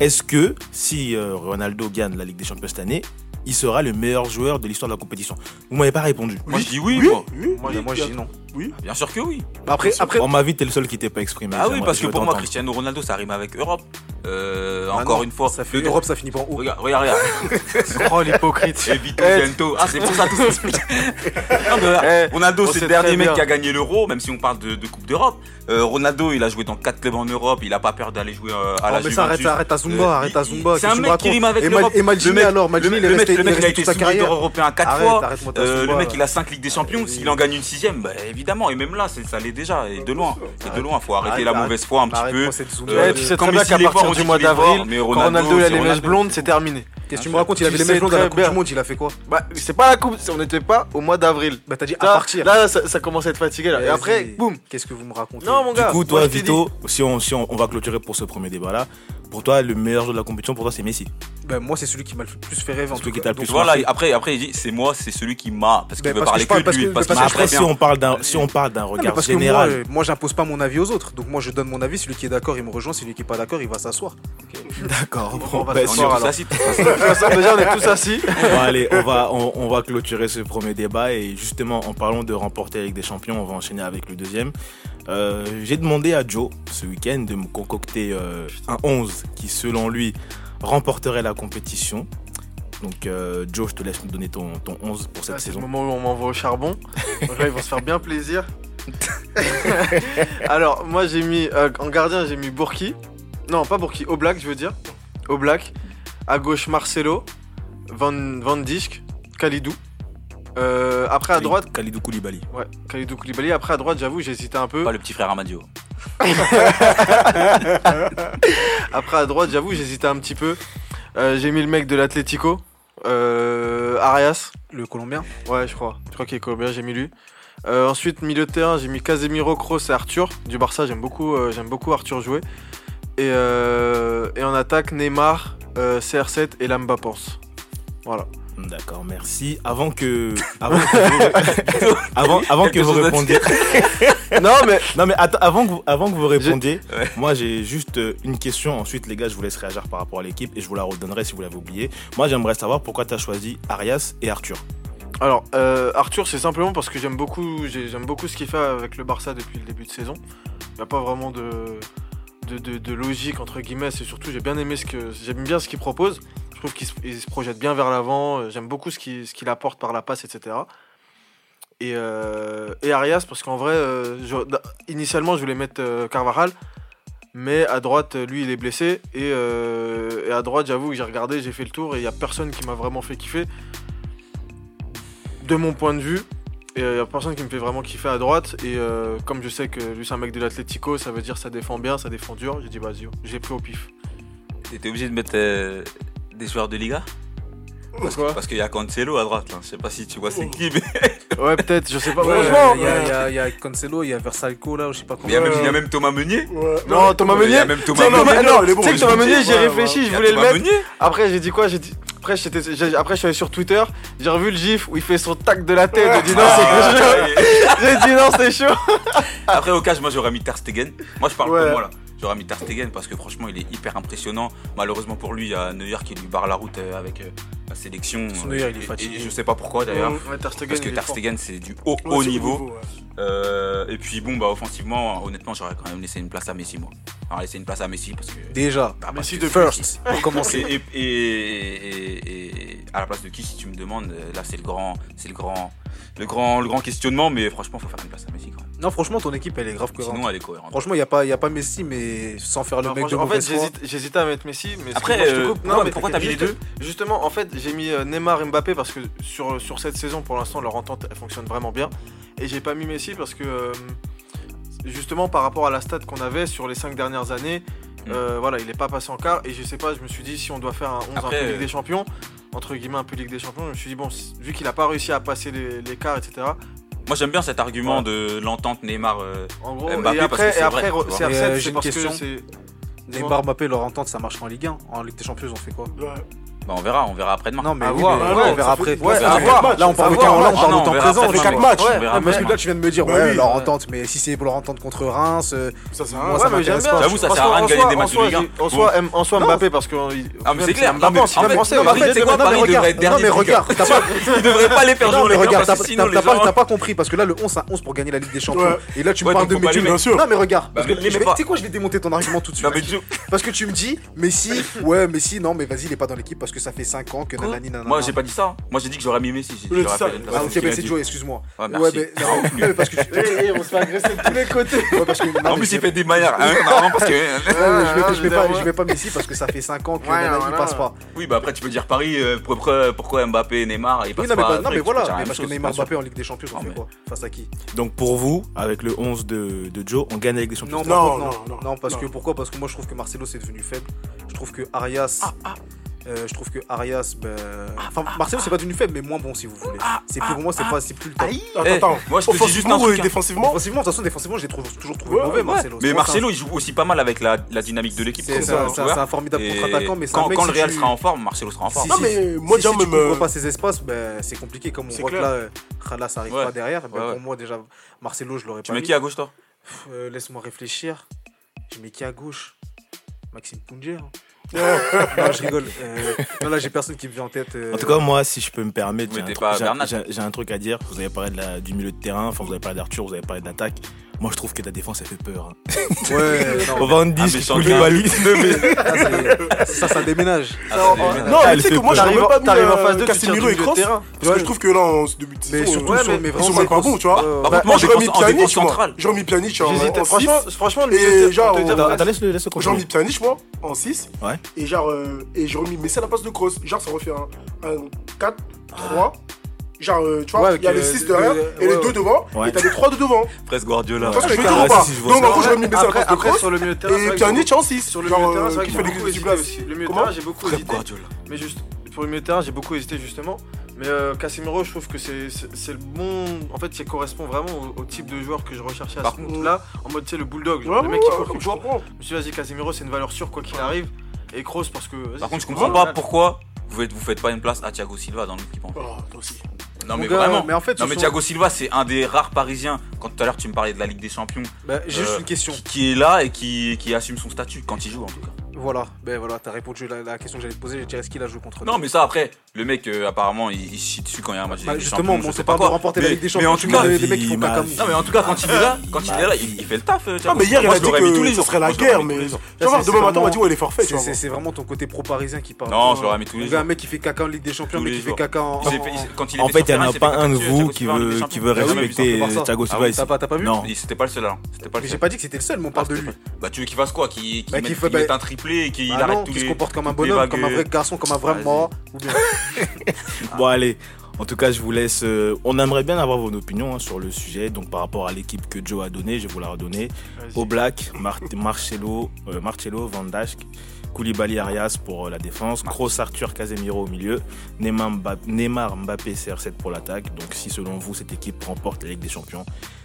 Est-ce que si euh, Ronaldo gagne la Ligue des Champions cette année, il sera le meilleur joueur de l'histoire de la compétition Vous m'avez pas répondu. Moi, je dis oui, Oui, moi. oui, Moi, oui, moi je dis non. Bien sûr que oui. Après, après, En ma vie, t'es le seul qui t'est pas exprimé. Ah oui, J'aimerais- parce je que veux pour moi, t'entendre. Cristiano Ronaldo, ça rime avec Europe. Euh, Ah encore non, une fois, ça fait le- Europe, ça finit pas en haut. Regarde, regarde, regarde. (laughs) Oh l'hypocrite. Et Vito Eh, bientôt. Ah, c'est pour ça tout s'explique. Non, mais voilà. Eh, Ronaldo, on c'est sait le dernier très mec bien. qui a gagné l'Euro, même si on parle de, de Coupe d'Europe. Euh, Ronaldo, il a joué dans quatre clubs en Europe. Il a pas peur d'aller jouer euh, à la Oh, mais Juventus. ça, arrête, arrête à Zumba, Euh, arrête à il- Zumba. C'est qu'est-ce un que tu mec me qui racontes rime avec Et Mal- l'Europe. et Maldini, Le mec- alors, Maldini, il est le mec, resté- le il est mec, il a resté été toute sa soumis carrière. européen à 4 Arrête, fois. arrête-moi ta Euh, Zumba, le mec, là. il a 5 Ligues des Champions. S'il en gagne une sixième, bah, évidemment. Et même là, c'est- ça l'est déjà. Et de loin. Et de Arrête. loin, faut arrêter Arrête, la arrête. mauvaise foi un petit peu. Arrête-moi cette Zumba. Euh, Eh, tu sais quand très bien Messi qu'à il est fort, partir on du dit mois qu'il est fort, d'avril, mais quand Ronaldo, Ronaldo il a c'est les mèches Ronaldo. blondes, c'est terminé. Qu'est-ce que tu tu me racontes Il avait les Ah, sais mêmes blondes à la très Coupe du bien. Monde, il a fait quoi Bah, c'est pas la coupe, on n'était pas au mois d'avril. Bah, t'as dit à Ça, partir. Là, ça, ça commence à être fatigué là. Bah, Et Vas-y. après, boum. Qu'est-ce que vous me racontez Non, mon Du gars. coup, moi, toi, je t'ai Vito, si, on, si on, on va clôturer pour ce premier débat-là, pour toi, le meilleur joueur de la compétition, pour toi, c'est Messi. Ben, moi, c'est celui qui m'a le plus fait rêver. en C'est celui tout qui cas. t'a le plus Donc, Voilà, marqué. après, après, il dit c'est moi, c'est celui qui m'a. Parce qu'il Ben, veut parce que parler je parle- que parce de lui. que- Parce parce que Mais que je après, si comprends bien. on parle d'un, si on parle d'un Non, mais regard parce que moi, général, euh, moi j'impose pas mon avis aux autres. Donc moi je donne mon avis, celui qui est d'accord il me rejoint, celui qui est pas d'accord il va s'asseoir. d'accord. on va bah, se si On voir, est tous alors. assis. (laughs) dit. De toute façon, Déjà, on est tous assis. Bon, allez, on va, on, on va clôturer ce premier débat et justement en parlant de remporter avec des champions, on va enchaîner avec le deuxième. Euh, J'ai demandé à Joe ce week-end de me concocter euh, un 11 qui selon lui remporterait la compétition. Donc euh, Joe, je te laisse nous donner ton, ton 11 pour cette Là, Ah, C'est le saison. moment où on m'envoie (laughs) au charbon. Donc là, ils vont se faire bien plaisir. (laughs) Alors, moi, j'ai mis. euh, en gardien, j'ai mis Bourki. Non, pas Bourki, Oblak, je veux dire. Oblak. À gauche, Marcelo. Van, Van Dijk. Kalidou. Euh, après, à droite. Khalidou Koulibaly. Ouais, Kalidou Koulibaly. Après, à droite, j'avoue, j'ai hésité un peu. Pas le petit frère Amadio. Après, à droite, j'avoue, j'hésitais un petit peu. Euh, j'ai mis le mec de l'Atlético. Euh, Arias. Le Colombien. Ouais, je crois. Je crois qu'il est colombien, j'ai mis lui. Euh, ensuite, milieu de terrain, j'ai mis Casemiro, Kroos et Arthur. Du Barça, j'aime beaucoup, euh, j'aime beaucoup Arthur jouer. Et, euh, et en attaque, Neymar, euh, CR7 et Lamba Pense. Voilà. D'accord, merci. Avant que, avant que vous, (laughs) avant, avant que Quelque vous chose à répondiez, (laughs) non, mais Non mais attends, avant que vous, avant que vous répondiez, Ouais. moi j'ai juste euh, une question. Ensuite les gars, je vous laisse réagir par rapport à l'équipe et je vous la redonnerai si vous l'avez oublié. Moi j'aimerais savoir pourquoi tu as choisi Arias et Arthur. Alors, euh, Arthur, c'est simplement parce que j'aime beaucoup, j'ai- j'aime beaucoup ce qu'il fait avec le Barça depuis le début de saison. Il n'y a pas vraiment de, de, de- de logique, entre guillemets, et surtout, j'ai bien aimé ce que, j'aime bien ce qu'il propose. Je trouve qu'il se, il se projette bien vers l'avant, euh, j'aime beaucoup ce qu'il ce qu'il apporte par la passe, etc. Et, euh, et Arias, parce qu'en vrai, euh, je- d- initialement, je voulais mettre euh, Carvajal, mais à droite, euh, lui, il est blessé. Et, euh, et à droite, j'avoue que j'ai regardé, j'ai fait le tour, et il n'y a personne qui m'a vraiment fait kiffer de mon point de vue, il n'y a personne qui me fait vraiment kiffer à droite. Et euh, comme je sais que lui, c'est un mec de l'Atletico, ça veut dire ça défend bien, ça défend dur. J'ai dit, vas-y, j'ai pris au pif. T'étais obligé de mettre euh, des joueurs de Liga Pourquoi Parce qu'il y a Cancelo à droite. là. Je sais pas si tu vois c'est qui, mais Ouais, peut-être, je sais pas. Oh, Ouais, Ouais, franchement, il y, a- il y a- il y a Cancelo, il y a Versalco là, ou je sais pas comment. il y a même, il y a Ouais. même Thomas Meunier. Non, Thomas Il y a Meunier. même Tu Thomas sais que Meunier, Bah, Thomas- non, non, il est bon, tu sais que je Thomas me dis, Meunier, j'ai ouais, ouais. Bah, réfléchi, Il je y a voulais le Thomas mettre. Meunier. Après, j'ai dit quoi J'ai dit. Après, j'étais- j'ai- après, je suis allé sur Twitter, j'ai revu le gif où il fait son tac de la tête. (laughs) J'ai dit non, c'est chaud. Ah, ouais. J'ai dit non, c'est chaud. Après, au cas, moi j'aurais mis Ter Stegen. Moi je parle Ouais. pour moi là. J'aurais mis Ter Stegen parce que franchement, il est hyper impressionnant. Malheureusement pour lui, il y a Neuer qui lui barre la route euh, avec euh, la sélection. Neuer, il est Et- fatigué. Et, je sais pas pourquoi d'ailleurs. Ouais, Ter Stegen, Parce que il est Ter fort. Stegen, c'est du haut, Ouais, haut c'est niveau. ouais. Euh, et puis bon, bah offensivement, honnêtement, j'aurais quand même laissé une place à Messi, moi. J'aurais laissé une place à Messi parce que. Déjà, bah, parce Messi que- de first, pour Et, commencer. et- et- et- et à la place de qui, si tu me demandes, euh, là c'est le grand, c'est le grand, le grand, le grand questionnement. Mais franchement, faut faire une place à Messi quand même. (laughs) Non, franchement, ton équipe, elle est grave cohérente. Sinon, elle est cohérente. Franchement, il n'y a, pas- y a pas Messi, mais sans faire le Non, mec de franchement, en fait, mauvaise foi. j'hésite- j'hésitais à mettre Messi, mais Après, excuse-moi, je te euh, coupe. non, mais pourquoi t'as mis les juste- deux Justement, en fait, j'ai mis euh, Neymar et Mbappé parce que sur, sur cette saison, pour l'instant, leur entente elle fonctionne vraiment bien. Et j'ai pas mis Messi parce que, euh, justement, par rapport à la stat qu'on avait sur les 5 dernières années, Mm. euh, voilà, il est pas passé en quart. Et je sais pas, je me suis dit, si on doit faire un 11 Après, un peu euh, Ligue des Champions, entre guillemets, un peu Ligue des Champions, je me suis dit, bon, si- vu qu'il a pas réussi à passer les, les quarts, etc., Moi, j'aime bien cet argument de l'entente Neymar. euh, en gros, Mbappé, parce et que après, c'est et vrai, après, tu vois. c'est Et, euh, j'ai upset, c'est une parce que question. c'est. Neymar, Mbappé, leur entente, ça marche en Ligue 1. En Ligue des Champions, on fait quoi Ouais. bah, on verra, on verra après-demain. Ah Non, mais, À oui, voir, mais à ouais, voir, on verra ça après. fait- Ouais, ça à fait voir. quatre matchs, Là, on ça parle fait de cas, quatre là, on matchs. parle Non, de temps on verra présent. Ça fait mais- quatre matchs. On Ouais, verra parce que après. là, tu viens de me dire, Bah ouais, oui. leur entente, mais si c'est pour leur entente contre Reims, euh, Ça, c'est Moi, un. ça m'intéresse pas. J'avoue, ça En sert à soi- rien de en gagner soi- des en matchs de soi, Ligue 1. j'ai- En soi, M- en soi, Mbappé, parce que. Ah, mais c'est clair. Mbappé, Non, mais- aussi, en même fait, français, non, mais en ouais. fait, c'est quoi, Non, mais Paris devrait regarde, être dernier, non, mais les gars. regarde, t'as pas- Ils devraient pas les faire Non, jouer mais les gars, regarde, t'as parce que sinon t'as les pas, gens. t'as pas compris parce que là, le 11, c'est un 11 pour gagner la Ligue des Champions. Ouais. Et là, tu me Ouais, parles donc de faut pas Messi. lui mettre. Bien sûr. Non, mais regarde, parce mais que- les mets mais pas. tu sais quoi, je vais démonter ton argument tout de suite. Non, mais Dieu. Parce que tu me dis, Messi, ouais, Messi, non, mais vas-y, il est pas dans l'équipe parce que ça fait 5 ans que nanani nanana. Moi, j'ai pas dit ça. hein. Moi, j'ai dit que j'aurais mis Messi. Oui, J'aurais ça. fait une place Ah, à Ah, ok, Messi, mais il a c'est dit. Joe, excuse-moi. Ouais, merci. mais non, mais parce que tu. Eh, eh, on se fait agresser de tous les côtés. Ouais, parce que. non, En Ah, mais plus, je- il fait des manières. hein, (laughs) normalement, parce que- Ouais, ouais, je vais, Ah, je vais je pas, veux dire, je vais pas Messi parce que ça fait 5 ans que Ouais, Nanani voilà. passe pas. Oui, bah après, tu peux dire Paris. euh, Pourquoi pourquoi Mbappé et Neymar ils Oui, passent non, mais, pas pas- à non, mais Madrid, voilà, c'est la mais même parce que chose, Neymar bien sûr. Mbappé en Ligue des Champions, on Non, fait mais- quoi Face à qui Donc pour vous, avec le 11 de, de Joe, on gagne la Ligue des Champions. Non, Non, par contre, non, non, parce non. que pourquoi Parce que moi je trouve que Marcelo c'est devenu faible. Je trouve que Arias. Ah, euh, je trouve que Arias, ben, enfin Marcelo ah. c'est pas devenu faible, mais moins bon si vous voulez. C'est plus pour moi, c'est pas, c'est plus le top. Attends, attends. Eh, moi, je te dis juste un Offensivement truc, ou hein. défensivement Offensivement, de toute façon, défensivement, j'ai trou- toujours trouvé Ouais, mauvais ouais. Marcelo. Mais C'est Marcelo, il joue aussi pas mal avec la, la dynamique de un- l'équipe. c'est comme c'est ça, un, c'est tu un- vois. c'est un formidable Et contre-attaquant, mais c'est un quand, mec quand si le Real tu- sera en forme, Marcelo sera en Si, forme. Non, si, mais si, moi, déjà, si même. tu couvres euh, pas ses espaces, ben, c'est compliqué. Comme on c'est voit clair. que là, euh, Khalas arrive Ouais. pas derrière. ben, Ouais, ouais. Pour moi, déjà, Marcelo, je l'aurais Tu pas mets mis. qui à gauche toi Pff, euh, Laisse-moi réfléchir. Je mets qui à gauche Maxime Pungier. (laughs) hein. non, je rigole. Euh, non, là, j'ai personne qui me vient en tête. euh, En tout cas, moi, si je peux me permettre, Vous j'ai un, mettez truc- pas j'ai- Bernat. j'ai- j'ai un truc à dire. Vous avez parlé de la- du milieu de terrain, enfin, vous avez parlé d'Arthur, vous avez parlé de l'attaque. Moi, je trouve que la défense, elle fait peur. hein. ouais, non, On va en mais dire, sans là, c'est- ça, ça déménage. Ah, c'est Non, Ah, mais elle tu sais fait que moi, peur. j'aurais même T'arrives- pas mis t'arrives en euh, phase deux, tu tires Casemiro du et milieu de Kroos. terrain. Parce que je trouve que là, en ce début de Mais saison, surtout, euh, sur- mais ils vraiment, sont même c'est- pas bons, tu vois. euh, Par contre, Bah, moi, moi, en j'aurais mis défense- en défense Pjanic, moi. centrale. J'aurais mis Pjanic en J'hésitais. en six. Franchement, franchement, le Et milieu de terrain, genre, pour te dire on a- la- Attends, laisse Ah, le, laisse le J'aurais mis continuer. Pjanic, moi, en 6. Ouais. Et genre, euh, et j'aurais mis Messi à la place de Kroos. Genre, ça aurait fait un, un 4, 3. Genre, euh, tu vois, Ouais, il y a avec, les euh, 6 le- derrière le- et les ouais, 2 devant. Ouais. Et t'as les 3 de devant. Presque Guardiola. Tu vois ce que je veux Ouais, dire ou ouais, pas si, si, je vois Donc, ça. en gros, j'aurais mis Messi à la Après, place de après, Kroos. sur le milieu de terrain, c'est Et vrai que Pjanic en 6. sur le milieu de terrain, c'est vrai que qui j'ai fait les beaucoup coups du hésité blast. aussi. Le milieu de Comment terrain, j'ai beaucoup Presque hésité. Guardiola. Mais juste, pour le milieu de terrain, j'ai beaucoup hésité justement. Mais euh, Casemiro, je trouve que c'est c'est- c'est le bon. En fait, ça correspond vraiment au, au type de joueur que je recherchais à Par ce contre- moment-là. En mode, tu sais, le bulldog, Ouais, le ouais, mec qui court ouais, comme je je trouve. comprends. Je me suis dit, vas-y, Casemiro, c'est une valeur sûre quoi qu'il arrive. Et Kroos, parce que. vas-y, Par contre, je c'est- comprends voilà. pas pourquoi vous faites, vous faites pas une place à Thiago Silva dans l'équipe. en Oh, fait. toi aussi. Non, mais Mon gars, vraiment. Mais en fait, Non, ce mais sont- Thiago Silva, c'est un des rares parisiens. Quand tout à l'heure, tu me parlais de la Ligue des Champions, Bah, J'ai Euh, juste une question. qui, qui est là et qui, qui assume son statut quand il joue en tout cas. Voilà, ben voilà, t'as répondu à la, la question que j'allais te poser. J'ai dit, est-ce qu'il a joué contre Non, nous mais ça, après, le mec, euh, apparemment, il, il chie dessus quand il y a un match. de Bah, Ligue des justement, Champions, bon, je c'est sais pas quoi. pour remporter la Mais- Ligue des Champions. Mais en tu tout vois, cas, des mecs qui font il m'a caca dit- Non mais en tout cas quand il est là, quand il est là, il, il fait le taf. euh, Thiago. Non, Ah, mais hier, il Moi, a je dit l'aurais mis tous que les ce jours. serait Moi, la je l'aurais guerre, mis tous mais. les Tu jours. vas voir, c'est demain matin, on va vraiment- dire, ouais, il est forfait, tu C'est- vois. C'est c'est vraiment ton côté pro-parisien qui parle. Non, je l'aurais mis tous les Le jours. gars, Un mec qui fait caca en Ligue des Champions, Tous mais les qui fait jours. caca en. Il s'est fait- il s'est- quand il En était fait, il sur y en terrain, a s'est pas fait un de capturer, vous Thiago qui Silva en Ligue des veut, Champions. qui veut Ah oui, mais respecter par ça. Thiago Ah Silva oui, ici. T'as pas t'as pas vu Non, Il- C'était pas le seul alors. C'était pas le Mais j'ai seul. pas dit que c'était le seul, mais on Ah, parle de c'était lui. pas- Bah tu veux qu'il fasse quoi Qu'il qu'il Bah, mette, qu'il fait- qu'il mette bah- un triplé et qu'il Bah arrête non, tous qui les. se comporte comme un toutes les bonhomme, vagues, comme un vrai euh, garçon, comme un vrai Vas-y. mort. Ou (laughs) bien- Bon, allez. En tout cas, je vous laisse. euh, on aimerait bien avoir vos opinions hein, sur le sujet. Donc, par rapport à l'équipe que Joe a donnée, je vais vous la redonner. Vas-y. Oblak, Mar- Marcelo, euh, Marcelo, Van Dijk, Koulibaly Arias pour euh, la défense, Kroos, Arthur, Casemiro au milieu, Neymar, Mba- Neymar, Mbappé, CR7 pour l'attaque. Donc si selon vous cette équipe remporte la Ligue des Champions,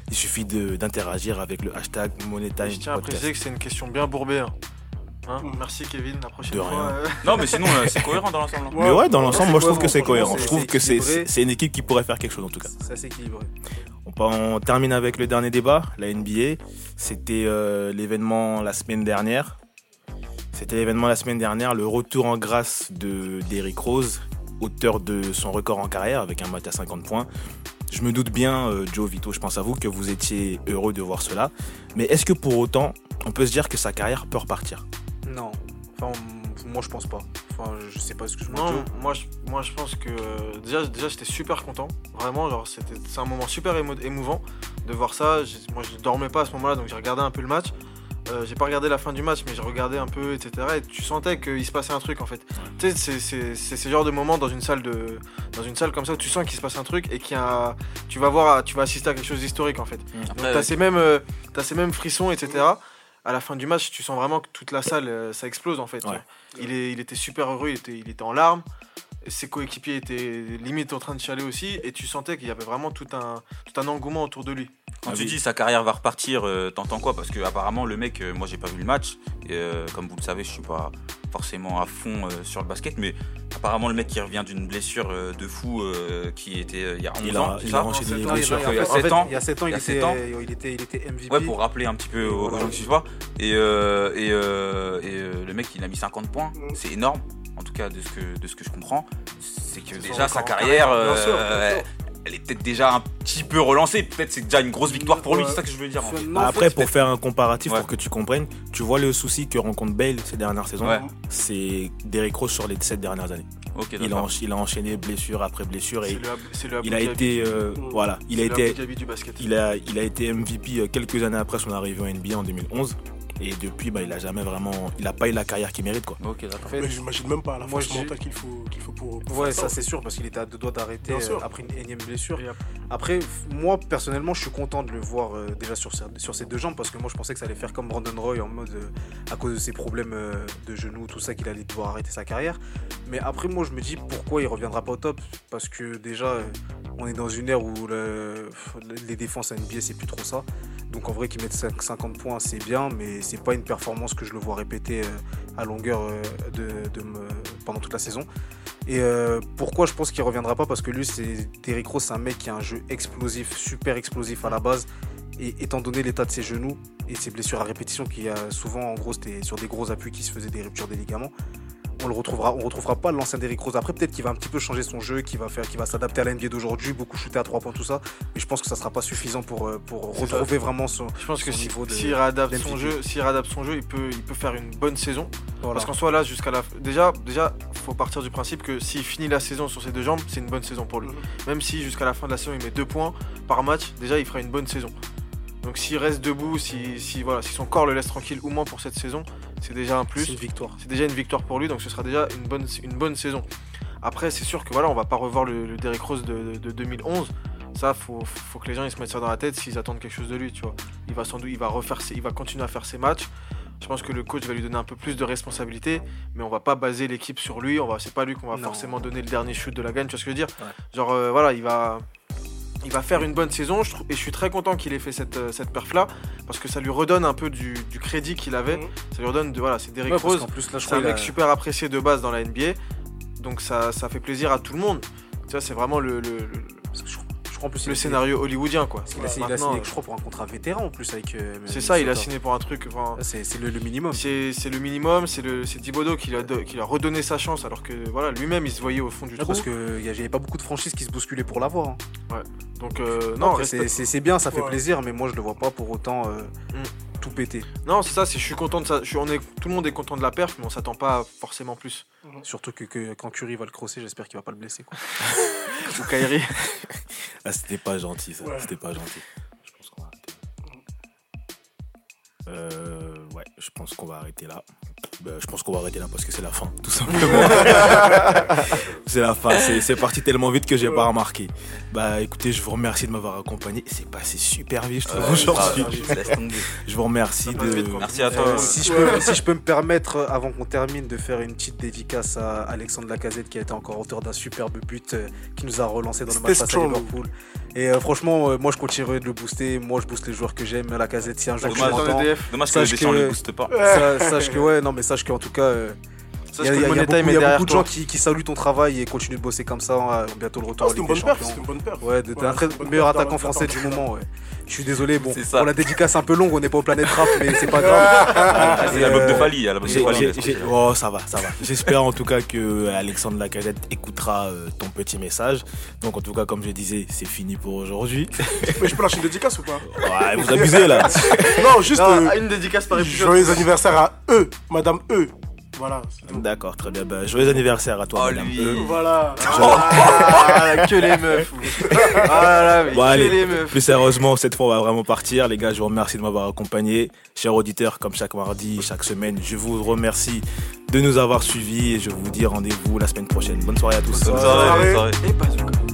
il suffit de- d'interagir avec le hashtag Et Je MoneyTime tiens à Podcast. préciser que c'est une question bien bourbée. hein. Hein, Merci Kevin, la prochaine De fois. rien. euh, Non mais sinon euh, c'est cohérent dans l'ensemble. hein. Mais ouais, dans l'ensemble, c'est moi je trouve cohérent, que c'est franchement, cohérent. c'est- Je trouve c'est que c'est- équilibré. c'est c'est une équipe qui pourrait faire quelque chose en tout cas. C'est assez équilibré. On, part- on termine avec le dernier débat, la NBA. C'était euh, l'événement la semaine dernière. C'était l'événement la semaine dernière, le retour en grâce de d'Eric Rose, auteur de son record en carrière avec un match à 50 points. Je me doute bien, euh, Joe Vito, je pense à vous, que vous étiez heureux de voir cela. Mais est-ce que pour autant, on peut se dire que sa carrière peut repartir Non. Enfin, m- moi, je pense pas. Enfin, je sais pas ce que je Non, moi je, moi je pense que euh, déjà, déjà j'étais super content, vraiment, genre c'était c'est un moment super émo- émouvant de voir ça. J'ai- Moi je dormais pas à ce moment-là, donc j'ai regardé un peu le match. Euh, j'ai pas regardé la fin du match, mais j'ai regardé un peu, etc. Et tu sentais qu'il se passait un truc en fait. Tu sais, c'est- c'est c'est ce genre de moment dans une salle de, dans une salle comme ça où tu sens qu'il se passe un truc et qu'il y a, un- tu vas voir, à- tu vas assister à quelque chose d'historique en fait. Après, Donc t'as ces mêmes, euh, t'as ces mêmes frissons, etc. À la fin du match, tu sens vraiment que toute la salle, euh, ça explose en fait. Ouais. Il, est, il était super heureux, il était, il était en larmes. Ses coéquipiers étaient limite en train de chialer aussi, et tu sentais qu'il y avait vraiment tout un, tout un engouement autour de lui. Quand Ah tu oui. dis sa carrière va repartir, euh, t'entends quoi Parce que apparemment le mec, euh, moi j'ai pas vu le match. et, euh, comme vous le savez, je suis pas forcément à fond euh, sur le basket, mais apparemment le mec qui revient d'une blessure euh, de fou euh, qui était euh, il y a 11 Il ans, a, c'est il ça a enchaîné les ans, blessures. il y a en sept fait, ans. Il y a 7 ans, Il il y a sept était- ans. il était il était MVP. Ouais, pour rappeler un petit peu aux, Voilà. gens qui suivent pas. Et, euh, et, euh, et, euh, le mec, il a mis 50 points. Mm. C'est énorme, en tout cas de ce que, de ce que je comprends. C'est que C'est déjà son sa record en carrière, carrière, bien euh, sûr, bien sûr. elle est peut-être déjà un petit peu relancée. Peut-être c'est déjà une grosse victoire pour lui, Ouais. c'est ça que je veux dire. en fait. Enfin, non, Bah en après, fait, pour faire un comparatif, Ouais. pour que tu comprennes, tu vois le souci que rencontre Bale ces dernières saisons, Ouais. c'est Derrick Rose sur les 7 dernières années. Ok, Il a, d'accord. encha- il a enchaîné blessure après blessure C'est et le, Ab- c'est le Abu il a Dhabi été, du- euh, voilà, il a c'est le été Abu Dhabi du basket. Il a, il a été MVP euh, quelques années après son arrivée en NBA en 2011. Et depuis, bah, il a jamais vraiment. Il a pas eu la carrière qu'il mérite, quoi. Ok, d'accord. Mais j'imagine même pas la Moi, force j'ai- mentale qu'il faut, qu'il faut pour. pour Ouais, faire ça c'est sûr, parce qu'il était à deux doigts d'arrêter Bien euh, sûr. après une énième blessure. Et après- Après, f- moi personnellement, je suis content de le voir euh, déjà sur, sa- sur ses deux jambes, parce que moi je pensais que ça allait faire comme Brandon Roy en mode euh, à cause de ses problèmes euh, de genoux, tout ça, qu'il allait devoir arrêter sa carrière. Mais après, moi je me dis pourquoi il reviendra pas au top, parce que déjà, euh, on est dans une ère où le- pff, les défenses à NBA, c'est plus trop ça. Donc en vrai, qu'il mette cinq- 50 points, c'est bien, mais c'est pas une performance que je le vois répéter euh, à longueur euh, de, de me- pendant toute la saison. Et euh, pourquoi je pense qu'il reviendra pas Parce que lui, c'est Derrick Rose, c'est un mec qui a un jeu explosif, super explosif à la base. Et étant donné l'état de ses genoux et ses blessures à répétition, qui a souvent, en gros, c'était sur des gros appuis qui se faisaient des ruptures des ligaments, on le retrouvera, on retrouvera pas l'ancien Derrick Rose. Après, peut-être qu'il va un petit peu changer son jeu, qu'il va faire, qu'il va s'adapter à la NBA d'aujourd'hui, beaucoup shooter à trois points, tout ça. Mais je pense que ça sera pas suffisant pour euh, pour C'est ça. retrouver vraiment son. Je pense que son si- niveau de- s'il réadapte son d'MVP. jeu, s'il réadapte son jeu, il peut, il peut faire une bonne saison. Voilà. Parce qu'en soit là, jusqu'à la. Déjà, déjà, faut partir du principe que s'il finit la saison sur ses deux jambes, c'est une bonne saison pour lui. Mhm. Même si jusqu'à la fin de la saison, il met deux points par match, déjà, il fera une bonne saison. Donc s'il reste debout, si, si, voilà, si son corps le laisse tranquille au moins pour cette saison, c'est déjà un plus. c'est une victoire. C'est déjà une victoire pour lui, donc ce sera déjà une bonne, une bonne saison. Après, c'est sûr que voilà, on va pas revoir le, le Derrick Rose de, de- de 2011. Ça, faut, faut que les gens ils se mettent ça dans la tête s'ils attendent quelque chose de lui, tu vois. Il va sans doute, il va refaire, ses- il va continuer à faire ses matchs. Je pense que le coach va lui donner un peu plus de responsabilité, mais on va pas baser l'équipe sur lui. On va, c'est pas lui qu'on va Non. forcément donner le dernier shoot de la gagne. Tu vois ce que je veux dire Ouais. Genre, euh, voilà, il va, il va faire une bonne saison. Je trouve, et je suis très content qu'il ait fait cette, euh, cette perf là, parce que ça lui redonne un peu du, du crédit qu'il avait. Mhm. Ça lui redonne, de, voilà, c'est Derrick Ouais, parce Rose. qu'en plus, là, je C'est un crois mec qu'il a- super apprécié de base dans la NBA, donc ça, ça fait plaisir à tout le monde. Tu vois, c'est vraiment le, le, le- parce que je, je crois en plus il le était- scénario hollywoodien, quoi. Parce qu'il a, signé- il a Maintenant, euh, signé, je crois, pour un contrat vétéran en plus avec. euh, C'est ça, il a Minnesota. signé pour un truc. enfin, C'est c'est le, le minimum. C'est c'est le minimum, c'est le- c'est Thibodeau qui l'a do- qui l'a redonné sa chance, alors que voilà, lui-même il se voyait au fond du Ouais, trou. parce qu'il n'y avait pas beaucoup de franchises qui se bousculaient pour l'avoir. hein. Donc euh, non, Après, Ah, c'est- respect- c'est c'est bien, ça fait Ouais. plaisir, mais moi je le vois pas pour autant euh, Mm. tout péter. non, c'est ça. c'est- Je suis content de ça. Je suis, on est, tout le monde est content de la perf, mais on s'attend pas forcément plus. Surtout que, que quand Curry va le crosser, j'espère qu'il va pas le blesser. quoi. Ou Kyrie. Ah, c'était pas gentil, ça. Ouais. C'était pas gentil. Je pense qu'on va arrêter. Euh, ouais, je pense qu'on va arrêter là. Bah, je pense qu'on va arrêter là parce que c'est la fin, tout simplement. c'est la fin. C'est, c'est parti tellement vite que j'ai pas remarqué. Bah, écoutez, je vous remercie de m'avoir accompagné. C'est passé super vite, je trouve, Euh, aujourd'hui. grave, laisse (laughs) tomber. Je vous remercie passe de. vite, quoi. Merci à toi. Euh, si, je peux, si je peux me permettre, euh, avant qu'on termine, de faire une petite dédicace à Alexandre Lacazette qui a été encore auteur d'un superbe but euh, qui nous a relancé dans le C'était match face à strong. Liverpool. Et euh, franchement, euh, moi je continuerai de le booster. Moi je booste les joueurs que j'aime. Lacazette, si un jour je Dommage. m'entends, Dommage que Sache Deschamps que- le booste pas. sa- sache que ouais, non mais sache qu'en tout cas. euh, Il y a, il y a- il y a beaucoup, il y a beaucoup de gens qui, qui saluent ton travail et continuent de bosser comme ça. hein. Bientôt le retour Ah, à c'était Ligue une des bonne perf, Champions. c'était une bonne perf. Ouais, de- t'es Ouais, un très c'est une bonne meilleur perf dans attaquant le- français dans du le- moment. Ouais. Je suis désolé, bon, C'est ça. pour la dédicace un peu longue, on n'est pas au planète rap, mais c'est (laughs) pas grave. Ah, c'est la euh, bloc de Fali. à la bloc de J'ai- Fali, j'ai- on est- j'ai- oh, ça va, ça va. J'espère en tout cas que euh, Alexandre Lacazette écoutera euh, ton petit message. Donc, en tout cas, comme je disais, c'est fini pour aujourd'hui. Mais je peux lâcher une dédicace ou pas Ouais, vous abusez là. Non, juste. Non, ah, euh, une dédicace par épisode. joyeux anniversaire à eux, Madame E. Voilà. c'est tout. D'accord, très bien. Ben, joyeux anniversaire à toi, Oh, madame. lui. E. Voilà. Ah, que les meufs. Ah là, mais Bon, que allez. les meufs. Plus sérieusement, cette fois, on va vraiment partir. Les gars, je vous remercie de m'avoir accompagné. Chers auditeurs, comme chaque mardi, chaque semaine, je vous remercie de nous avoir suivis et je vous dis rendez-vous la semaine prochaine. Bonne soirée à tous. Bonne soirée, bonne soirée. Et bazooka.